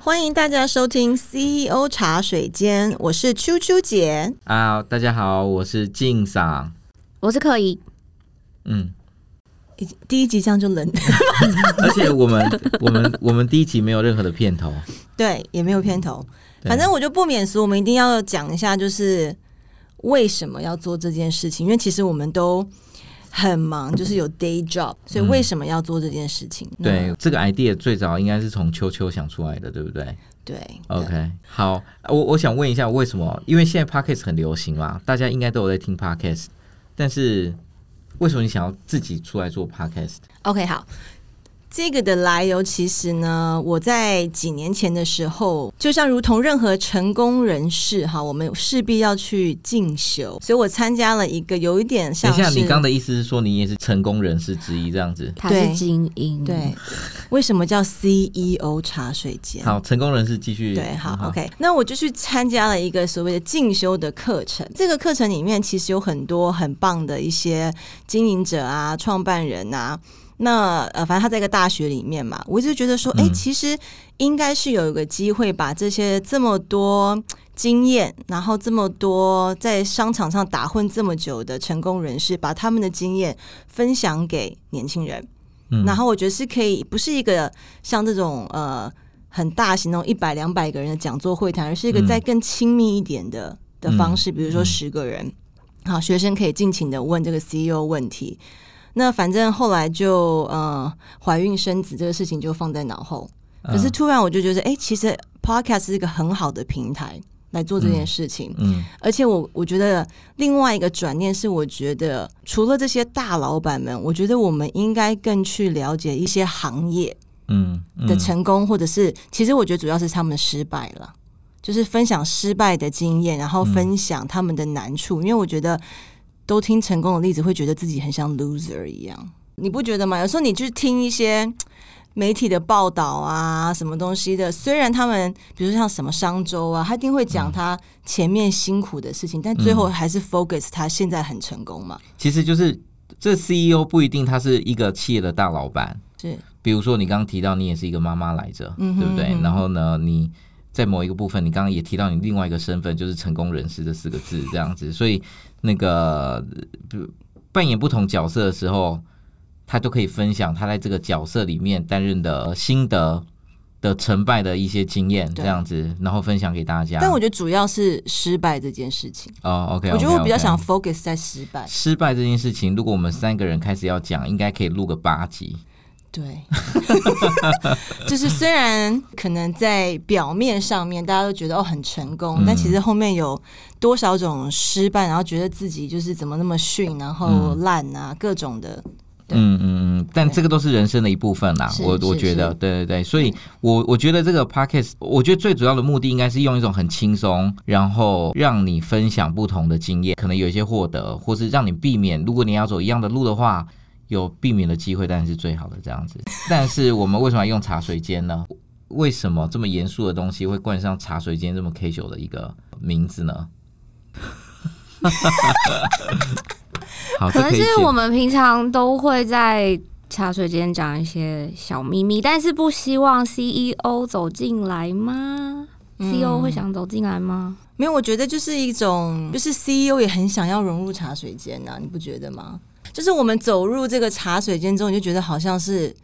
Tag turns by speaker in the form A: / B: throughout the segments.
A: 欢迎大家收听 CEO 茶水间，我是秋秋姐。
B: 啊，大家好，我是静赏。
C: 我是可以，
B: 嗯，
A: 已经第一集这样就冷，
B: 而且我们我们我们第一集没有任何的 片头，
A: 对，也没有片头，
B: 对
A: 反正我就不免俗，我们一定要讲一下，就是为什么要做这件事情，因为其实我们都很忙，就是有 day job，所以
B: 嗯
A: 为什么要做这件事情？那
B: 对这个 idea 最早应该是从秋秋想出来的，对不对
A: 对对
B: ？OK，好，我我想问一下，为什么？因为现在 podcast 很流行嘛，大家应该都有在听 podcast，但是为什么你想要自己出来做 podcast？
A: OK，好。这个的来由，其实呢，我在几年前的时候，就像如同任何成功人士哈，我们势必要去进修，所以我参加了一个有一点
B: 等
A: 像
B: 一下，
A: 是
B: 你刚的意思是说你也是成功人士之一这样子？
C: 他
A: 对
C: 是精英，
A: 对，为什么叫 CEO 茶水间？
B: 好，成功人士继续。
A: 对，好 o k 那我就去参加了一个所谓的进修的课程。这个课程里面其实有很多很棒的一些经营者啊、创办人啊。那呃，反正他在一个大学里面嘛，我一直觉得说，哎、
B: 嗯
A: 其实应该是有一个机会把这些这么多嗯经验，然后这么多在商场上打混这么久的成功人士，把他们的经验分享给年轻人。
B: 嗯
A: 然后我觉得是可以，不是一个像这种呃很大型那种一百两百个人的讲座会谈，而是一个
B: 嗯
A: 再更亲密一点的、的方式，比如说十个人，好，学生可以尽情的问这个 CEO 问题。那反正后来就呃怀孕生子这个事情就放在脑后，
B: 嗯
A: 可是突然我就觉得，哎、其实 Podcast 是一个很好的平台来做这件事情。
B: 嗯
A: 而且我我觉得另外一个转念是，我觉得除了这些大老板们，我觉得我们应该更去了解一些行业
B: 嗯嗯
A: 的成功，或者是其实我觉得主要是他们的失败了，就是分享失败的经验，然后分享他们的难处，因为我觉得都听成功的例子，会觉得自己很像 loser 一样，你不觉得吗？有时候你去听一些。媒体的报道啊，什么东西的，虽然他们比如说像什么商周啊，他一定会讲他前面辛苦的事情，但最后还是 focus 他现在很成功嘛，
B: 其实就是这 CEO 不一定他是一个企业的大老板，
A: 是
B: 比如说你刚刚提到你也是一个妈妈来着，
A: 嗯哼
B: 对不对
A: 嗯？哼
B: 然后呢，你在某一个部分，你刚刚也提到你另外一个身份就是成功人士这四个字这样子，所以那个呃扮演不同角色的时候，他都可以分享他在这个角色里面担任的心得。的成败的一些经验，
A: 对
B: 这样子，然后分享给大家。
A: 但我觉得主要是失败这件事情，
B: 哦，OK，
A: 我觉得我比较
B: OK，OK
A: 想 focus 在失败。
B: 失败这件事情，如果我们三个人开始要讲，应该可以录个八集。
A: 对， 就是虽然可能在表面上面大家都觉得哦很成功，但其实
C: 嗯
A: 后面有多少种失败，然后觉得自己就是怎么那么逊，然
C: 嗯
A: 后烂啊、各种的，对
B: 嗯嗯嗯，但这个都是人生的一部分啦
A: 是。
B: 我
A: 是
B: 我觉得，
A: 是
B: 对对对，所以我我觉得这个 podcast，我觉得最主要的目的应该是用一种很轻松，然后让你分享不同的经验，可能有一些获得，或是让你避免，如果你要走一样的路的话。有避免的机会，当然是最好的这样子。 但是我们为什么要用茶水间呢？为什么这么严肃的东西会冠上茶水间这么 casual 的一个名字 呢？好，这
C: 可能
B: 以
C: 是
B: 剪
C: 我们平常都会在茶水间讲一些小秘密，但是不希望 CEO 走进来吗、c
A: 嗯
C: e o 会想走进来吗？
A: 没有，我觉得就是一种，就是 CEO 也很想要融入茶水间啊呐、你不觉得吗？就是我们走入这个茶水间之后，你就觉得好像是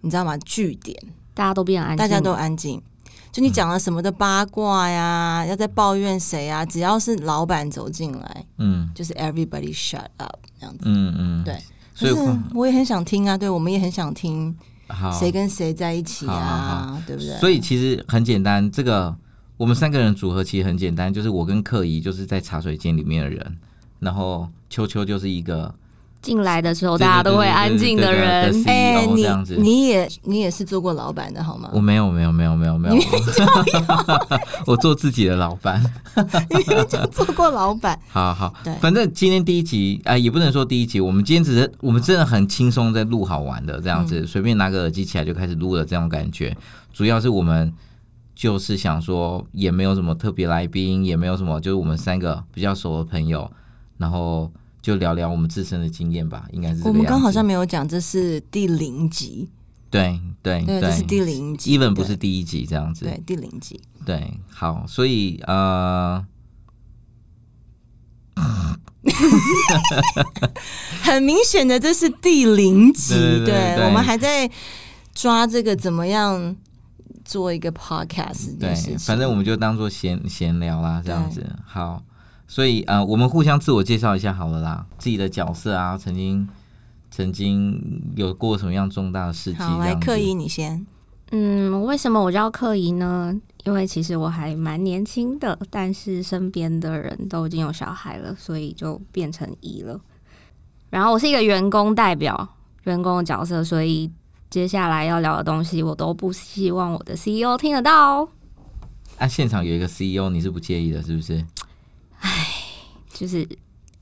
A: 你知道吗？据点。
C: 大家都变安静，
A: 大家都安静。就你讲了什么的八卦呀，要在抱怨谁啊？只要是老板走进来，
B: 嗯
A: 就是 everybody shut up 这样子。
B: 嗯嗯，
A: 对，
B: 所以
A: 可是我也很想听啊，对我们也很想听
B: 好，
A: 谁跟谁在一起
B: 好
A: 啊，对不对？
B: 所以其实很简单，这个我们三个人组合其实很简单，就是我跟克怡就是在茶水间里面的人，然后秋秋就是一个
C: 进来的时候，大家都会安静的人。
B: 对对对对对对对
A: 哎、
B: CEO E 这样
A: 你
B: 子
A: 你也你也是做过老板的好吗
B: 我？哦没有没有没有没 有没有， 我做自己的老板。
A: 你明明就做过老 板，
B: 好好
A: 对，
B: 反正今天第一集啊、也不能说第一集，我们今天只是我们真的很轻松在录好玩的这样
A: 嗯
B: 子，随、便拿个耳机起来就开始录了这种感觉。主要是我们就是想说，也没有什么特别来宾，也没有什么，就是我们三个比较熟的朋友，然后就聊聊我们自身的经验吧，应该是这个
A: 我们刚好
B: 样子
A: 像没有讲这是第零集，
B: 对对
A: 对，这是第零集
B: ，even 不
A: 对
B: 是第一集这样子。
A: 对第零集，
B: 对，好，所以呃，
A: 很明显的这是第零集，
B: 对对对对
A: 我们还在抓这个怎么样做一个 podcast 这
B: 对
A: 件事情，
B: 反正我们就当做闲闲聊啦，这样子。好，所以呃，我们互相自我介绍一下好了啦，自己的角色啊，曾经曾经有过什么样重大的事迹？
A: 好
B: 这
A: 来
B: 样子
A: 刻意你先，
C: 嗯，为什么我叫克怡呢？因为其实我还蛮年轻的，但是身边的人都已经有小孩了，所以就变成怡了。然后我是一个员工代表，员工的角色，所以接下来要聊的东西，我都不希望我的 CEO 听得到哦。
B: 啊，现场有一个 CEO，你是不介意的，是不是？
C: 就是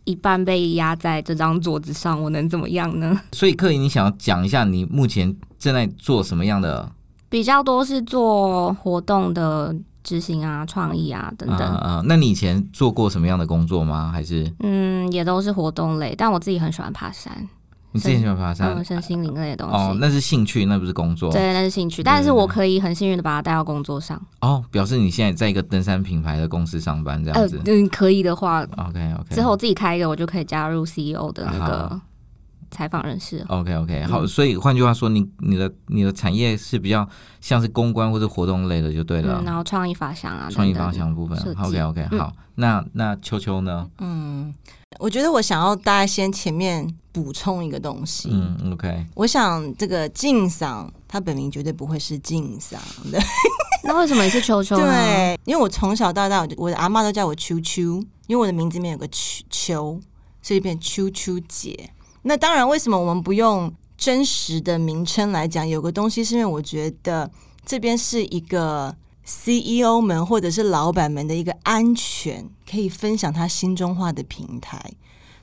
C: 一半被压在这张桌子上，我能怎么样呢？
B: 所以克林，你想要讲一下你目前正在做什么样的
C: 比较多是做活动的执行啊、创意啊等等。
B: 啊啊、那你以前做过什么样的工作吗？还是
C: 嗯，也都是活动类，但我自己很喜欢爬山，
B: 你之前喜欢爬山？
C: 嗯，身心灵类的东西。
B: 哦，那是兴趣，那不是嗯工作。
C: 对，那是兴趣，但是我可以很幸运的把它带到工作上。
B: 哦，表示你现在在一个登山品牌的公司上班这样
C: 呃
B: 子。，
C: 嗯，可以的话，
B: OK OK。
C: 之后自己开一个，我就可以加入 CEO 的那
B: 好
C: 个采访人士了。
B: OK OK，好，
A: 嗯
B: 所以换句话说，你你的你的产业是比较像是公关或者活动类的就对了
C: 嗯，，然后创意发想啊，
B: 创意
C: 等等
B: 方向的部分
C: 设。计
B: OK OK，
C: 嗯
B: 好，那那秋秋呢？
A: 嗯，我觉得我想要大家先前面补充一个东西，
B: 嗯，OK，
A: 我想这个静嗓，他本名绝对不会是静嗓的，
C: 那为什么你是球球呢？
A: 对，啊因为我从小到大，我就我的阿妈都叫我秋秋，因为我的名字里面有个秋秋，所以变秋秋姐。那当然，为什么我们不用真实的名称来讲？有个东西是因为我觉得这边是一个 CEO E 们或者是老板们的一个安全，可以分享他心中话的平台。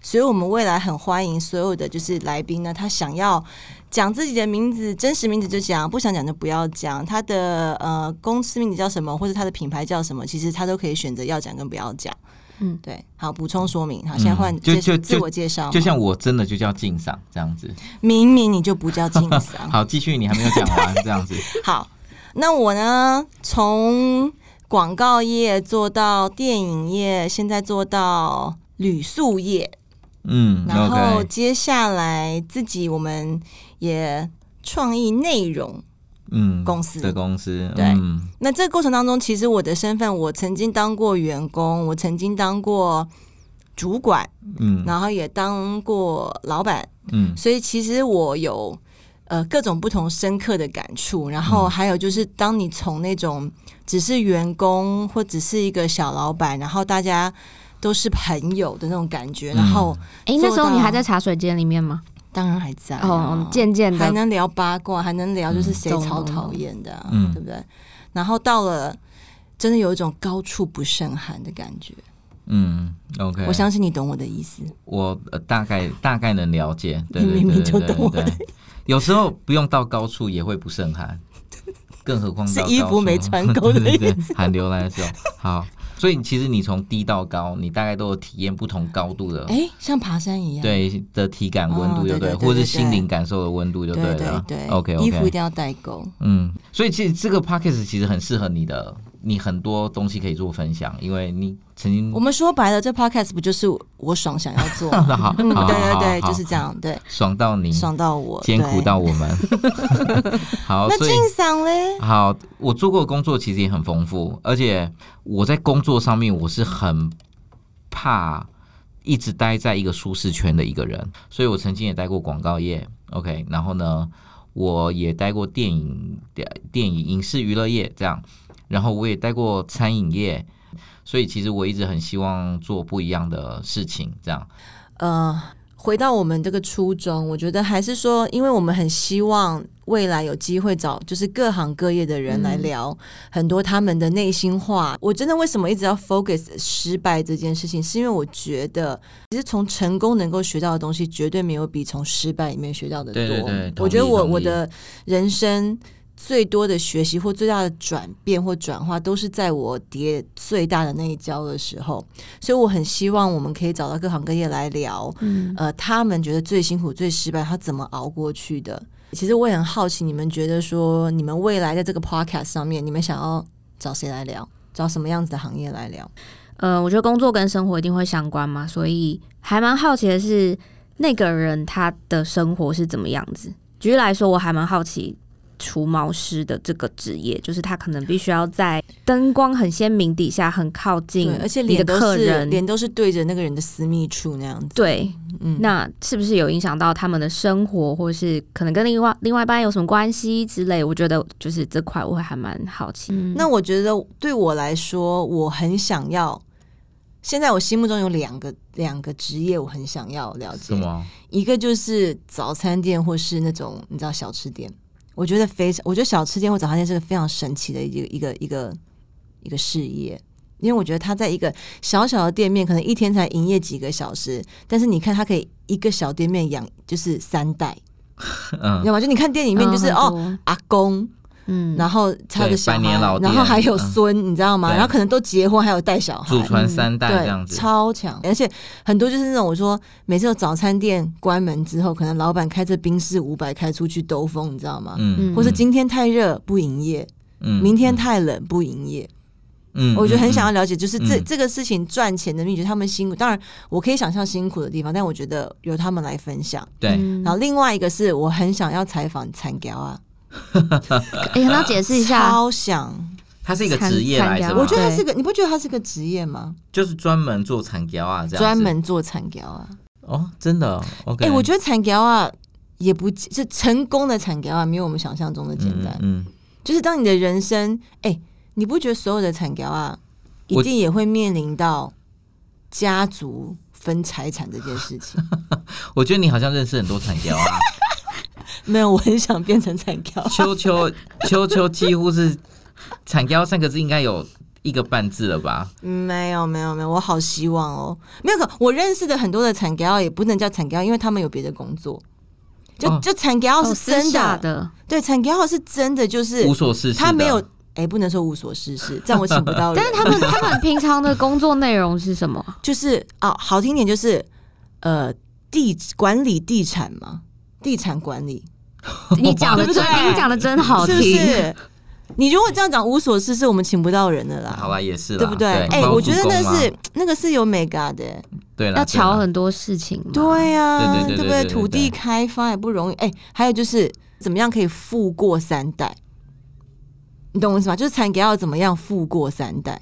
A: 所以，我们未来很欢迎所有的就是来宾呢，他想要讲自己的名字，真实名字就讲，不想讲就不要讲。他的呃公司名字叫什么，或者他的品牌叫什么，其实他都可以选择要讲跟不要讲。
C: 嗯
A: 对，好，补充说明。好，现在换
B: 嗯就
A: 介
B: 就
A: 自我介绍嘛，
B: 就像我真的就叫敬赏这样子。
A: 明明你就不叫静 桑。
B: 好，继续，你还没有讲完这 样子。
A: 好，那我呢，从广告业做到电影业，现在做到旅宿业，
B: 嗯
A: 然后
B: ，OK，
A: 接下来自己我们也创意内容。
B: 嗯，
A: 公司
B: 的公司，
A: 对
B: 嗯
A: 那这个过程当中，其实我的身份，我曾经当过员工，我曾经当过主管，
B: 嗯
A: 然后也当过老板，
B: 嗯
A: 所以其实我有呃各种不同深刻的感触，然
B: 嗯
A: 后还有就是，当你从那种只是员工或只是一个小老板，然后大家都是朋友的那种感觉，
B: 嗯
A: 然后
C: 哎、那时
A: 做到
C: 候你还在茶水间里面吗？
A: 当然还在啊、
C: 哦，渐渐
A: 还
C: 的，
A: 能聊八卦，还能聊就是谁
C: 嗯
A: 超
C: 懂懂
A: 讨厌的、啊，
B: 嗯
A: 对不对？然后到了。真的有一种高处不胜寒的感觉，
B: 嗯，OK。
A: 我相信你懂我的意思。
B: 我呃大概大概能了解，对
A: 你
B: 对
A: 明
B: 对
A: 明就
B: 对对
A: 懂我
B: 对
A: 的
B: 有时候不用到高处也会不胜寒，更何况
A: 是
B: 到高
A: 衣服
B: 处
A: 没穿够的
B: 对对对，寒流来的时候。好，所以其实你从低到高，你大概都有体验不同高度的。
A: 哎，像爬山一样，
B: 嗯对的体感温
A: 哦
B: 度就
A: 对对对
B: 或者
A: 对
B: 是
A: 对
B: 心灵感受的温度就
A: 对
B: 了。
A: 对
B: OK
A: 衣服一
B: OK，
A: 定要代购。
B: 嗯，所以其实这个 p a c k a g e 其实很适合你的，你很多东西可以做分享，因为你曾经
A: 我们说白了，这 podcast 不就是我爽想要做 吗？
B: 那好，
A: 嗯，
B: 好
A: 对对
B: 好
A: 对，
B: 好
A: 就是这样，对，
B: 爽到你，
A: 爽到我，
B: 艰苦
A: 对。
B: 到我们。 好，
A: 那
B: 所以
A: 静赏嘞，
B: 好，我做过的工作其实也很丰富，而且我在工作上面我是很怕一直待在一个舒适圈的一个人，所以我曾经也待过广告业，OK，然后呢，我也待过电影、电影、影视娱乐业这样，然后我也待过餐饮业。所以其实我一直很希望做不一样的事情，这样，
A: 呃，回到我们这个初衷，我觉得还是说，因为我们很希望未来有机会找就是各行各业的人来
B: 嗯
A: 聊很多他们的内心话。我真的为什么一直要 focus 失败这件事情，是因为我觉得其实从成功能够学到的东西，绝对没有比从失败里面学到的多。
B: 对对对同
A: 我觉得
B: 意
A: 我
B: 同意
A: 我的人生。最多的学习或最大的转变或转化，都是在我跌最大的那一跤的时候。所以我很希望我们可以找到各行各业来聊，
C: 嗯，
A: 呃，他们觉得最辛苦、最失败，他怎么熬过去的？其实我也很好奇，你们觉得说你们未来在这个 podcast 上面，你们想要找谁来聊？找什么样子的行业来聊？
C: 呃，我觉得工作跟生活一定会相关嘛，所以还蛮好奇的是那个人他的生活是怎么样子。举例来说，我还蛮好奇除毛师的这个职业，就是他可能必须要在灯光很鲜明底下，很靠近
A: 对，，而且
C: 你
A: 脸
C: 的
A: 都
C: 客
A: 是
C: 人，
A: 脸都是对着那个人的私密处那样子。
C: 对，
A: 嗯，
C: 那是不是有影响到他们的生活，或是可能跟另外另外一半有什么关系之类？我觉得就是这块我会还蛮好奇。
A: 那我觉得对我来说，我很想要。现在我心目中有两个两个职业，我很想要了解。
B: 是吗？
A: 一个就是早餐店或是那种你知道小吃店，我觉得非常，我觉得小吃店或早餐店是个非常神奇的一个一个一个一个事业，因为我觉得它在一个小小的店面，可能一天才营业几个小时，但是你看它可以一个小店面养就是三代，你知
B: 嗯，
A: 道吗？就你看店里面就是、哦。，阿公，
C: 嗯
A: 然
C: 后
A: 后他的
B: 对
A: 小
B: 百
A: 孩
B: 年老，
A: 然后
B: 店
A: 还有
B: 嗯
A: 孙，你知道吗？
B: 对
A: 然后可能都结婚，还有带小孩，
B: 祖传三代
A: 对，
B: 这样子，
A: 超强，而且很多就是那种我说，每次有早餐店关门之后，可能老板开着冰室五百开出去兜风，你知道吗？
B: 嗯，
C: 嗯
A: 或是今天太热不营业，
B: 嗯
A: 明天，太冷不营业。
B: 嗯
A: 我觉得很想要
B: 要，
A: 了解，就是这、
B: 嗯
A: 这个事情赚钱的秘诀，他们辛苦。当然，我可以想象辛苦的地方，但我觉得由他们来分享。
B: 对，
A: 然后另外一个是我很想要采访产雕啊，
C: 哎，那解释一下，
A: 超想。
B: 它是一个职业来着吧，
C: 参加
A: 我觉得他
C: 对
A: 是个，你不觉得他是个职业吗？
B: 就是专门做产雕啊，这样子
A: 专门做产雕啊。
B: 哦，真的哦，OK，
A: 哎、我觉得产条啊也不是成功的产条啊，没有我们想象中的简单。
B: 嗯，嗯
A: 就是当你的人生，哎、你不觉得所有的产条啊，一
B: 我
A: 定也会面临到家族分财产这件事情？
B: 嗯我觉得你好像认识很多产雕啊，
A: 没有，我很想变成产条。
B: 秋秋秋秋几乎是产雕三个字应该有一个半字了吧？
A: 没有，没有，没有，我好希望哦。没有，可我认识的很多的产条也不能叫产条，因为他们有别的工作。就、
B: 哦
A: 就产条
C: 哦
A: 是
C: 私
A: 真的，
C: 下的，
A: 对，产条是真的，就是
B: 无所事事的，啊
A: 他没有。哎、不能说无所事事，这样我请不到人。
C: 但是他 们他们平常的工作内容是什么？
A: 就是啊、好听点就是呃地管理地产嘛，地产管理
C: 你讲的
A: 对不
C: 真，
A: 对
C: 你讲的真好
A: 是不，
C: 听
A: 是？你如果这样讲无所事事，我们请不到人的啦，
B: 好啦，也是啦，
A: 对不对？哎、
B: 包租
A: 我觉得那
B: 公啊
A: 是那个是有美嘎的，
B: 对啦，对
C: 要
B: 啦
C: 瞧很多事情嘛。
A: 对啊呀、
B: 嗯对对对
A: 不
B: 对对对
A: 土地开发也不容易，哎、还有就是怎么样可以富过三代？你懂我意思吗？就是产给要怎么样富过三代？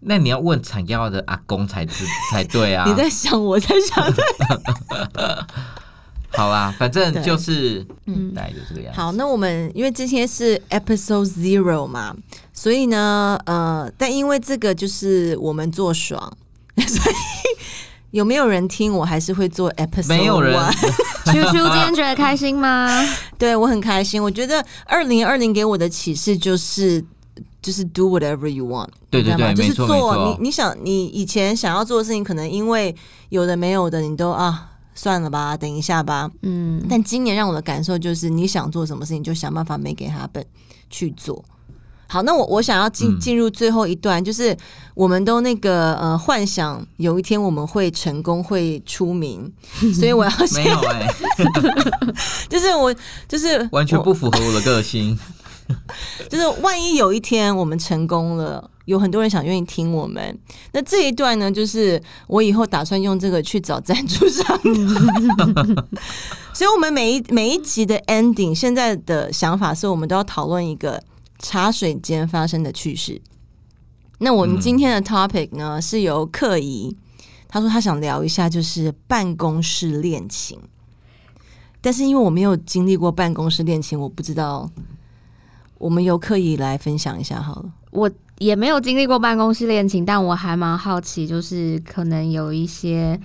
B: 那你要问产药的阿公才知 才对啊。
A: 你在想，我在想，
B: 好啦，反正
A: 对
B: 就是
C: 嗯
B: 大概就这个样子。
A: 好，那我们因为今天是 episode zero 嘛，所以呢，呃，但因为这个就是我们做爽， 所以有没有人听，我还是会做 episode。
B: 没有人
C: Q
A: 啊
C: Q 今天觉得开心吗？
A: 对我很开心。我觉得二零二零给我的启示就是。就是 do whatever you want，
B: 对对
A: 你知道吗
B: 对，
A: 就是
B: 没错没
A: 做
B: 错
A: 你，你想你以前想要做的事情，可能因为有的没有的，你都啊算了吧，等一下吧，
C: 嗯，
A: 但今年让我的感受就是，你想做什么事情就想办法 make it happen 去做。好，那我我想要进
B: 嗯
A: 进入最后一段，就是我们都那个呃幻想有一天我们会成功会出名，所以我要
B: 没
A: 先
B: 有哎，
A: 就是我就是
B: 完全
A: 我
B: 不符合我的 个性。
A: 就是万一有一天我们成功了，有很多人想愿意听我们，那这一段呢，就是我以后打算用这个去找赞助商的。 所以，我们每一每一集的 ending，现在的想法是我们都要讨论一个茶水间发生的趣事。那我们
B: 嗯
A: 今天的 topic 呢，是由克怡，他说他想聊一下就是办公室恋情，但是因为我没有经历过办公室恋情，我不知道。我们由克怡来分享一下好了。
C: 我也没有经历过办公室恋情，但我还蛮好奇，就是可能有一些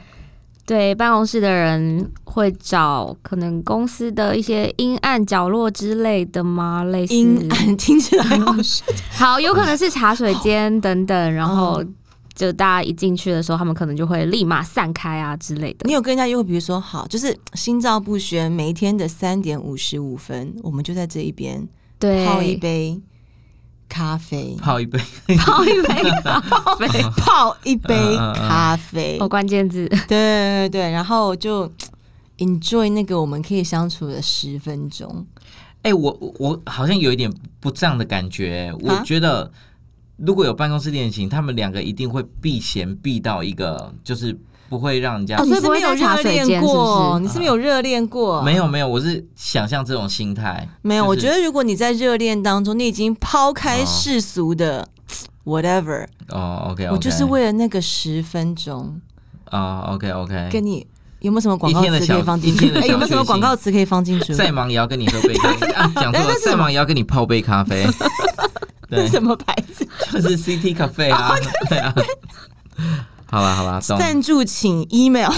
C: 对办公室的人会找可能公司的一些阴暗角落之类的吗？类似
A: 阴暗听起来好像
C: 好，有可能是茶水
A: 哦
C: 间等等，然后
A: 嗯
C: 就大家一进去的时候，他们可能就会立马散开啊之类的
A: 你。有跟人家约会，比如说好，就是心照不宣，每一天的三点五十五分，我们就在这一边
C: 对，
A: 泡一杯咖啡，
B: 泡一杯，
C: 泡一杯 咖啡。
A: 泡一杯
B: 嗯嗯嗯
A: 咖啡
C: 哦，，关键字
A: 对对对，然后就。 enjoy 那个我们可以相处的十分钟。
B: 哎、我我我好像有一点不这样的感觉，我
A: 啊
B: 觉得如果有办公室恋情，他们两个一定会避嫌避到一个，就是不会让人家、
C: 哦
A: 你是
C: 不
A: 没
C: 会
A: 有啊
C: 在茶
A: 热
C: 水
A: 恋
C: 间是不
A: 过，
C: 是啊
A: 你是没有热恋过，
B: 没有没有，我是想象这种心态，
A: 没有。
B: 就是
A: 我觉得如果你在热恋当中，你已经抛开
C: 啊
B: 哦
A: 世俗的 whatever，
B: 哦，OK，, o k
A: 我就是为了那个十分钟
B: 哦，OK OK，
A: 跟你。有没有什么广告
B: 一天的
A: 词可以
B: 小
A: 放进
B: 一
A: 去
B: 天？的
A: 哎，有没有
B: 小
A: 什么
B: 确
A: 广
B: 幸
A: 告词可以放进去？
B: 再忙也要跟你喝杯咖啡，啊、讲错
A: 那
B: 了，
A: 是什么
B: 再忙也要跟你泡杯 咖啡，对
A: 是， 什么哦牌子？
B: 就是 CT 咖啡啊， 对啊，好吧好吧，懂，
A: 赞助请 email。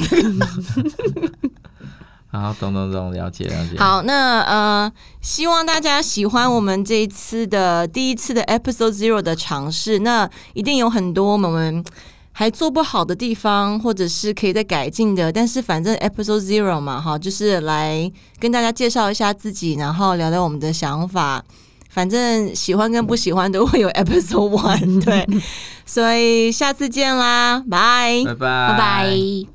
B: 好懂懂懂，了解了解，
A: 好，那呃，希望大家喜欢我们这一次的第一次的 Episode Zero 的尝试。那一定有很多我们还做不好的地方，或者是可以再改进的。但是反正 Episode Zero 嘛，哈，就是来跟大家介绍一下自己，然后聊聊我们的想法。反正喜欢跟不喜欢都会有 Episode One，对，所以下次见啦，拜。
B: 拜拜
C: 拜拜。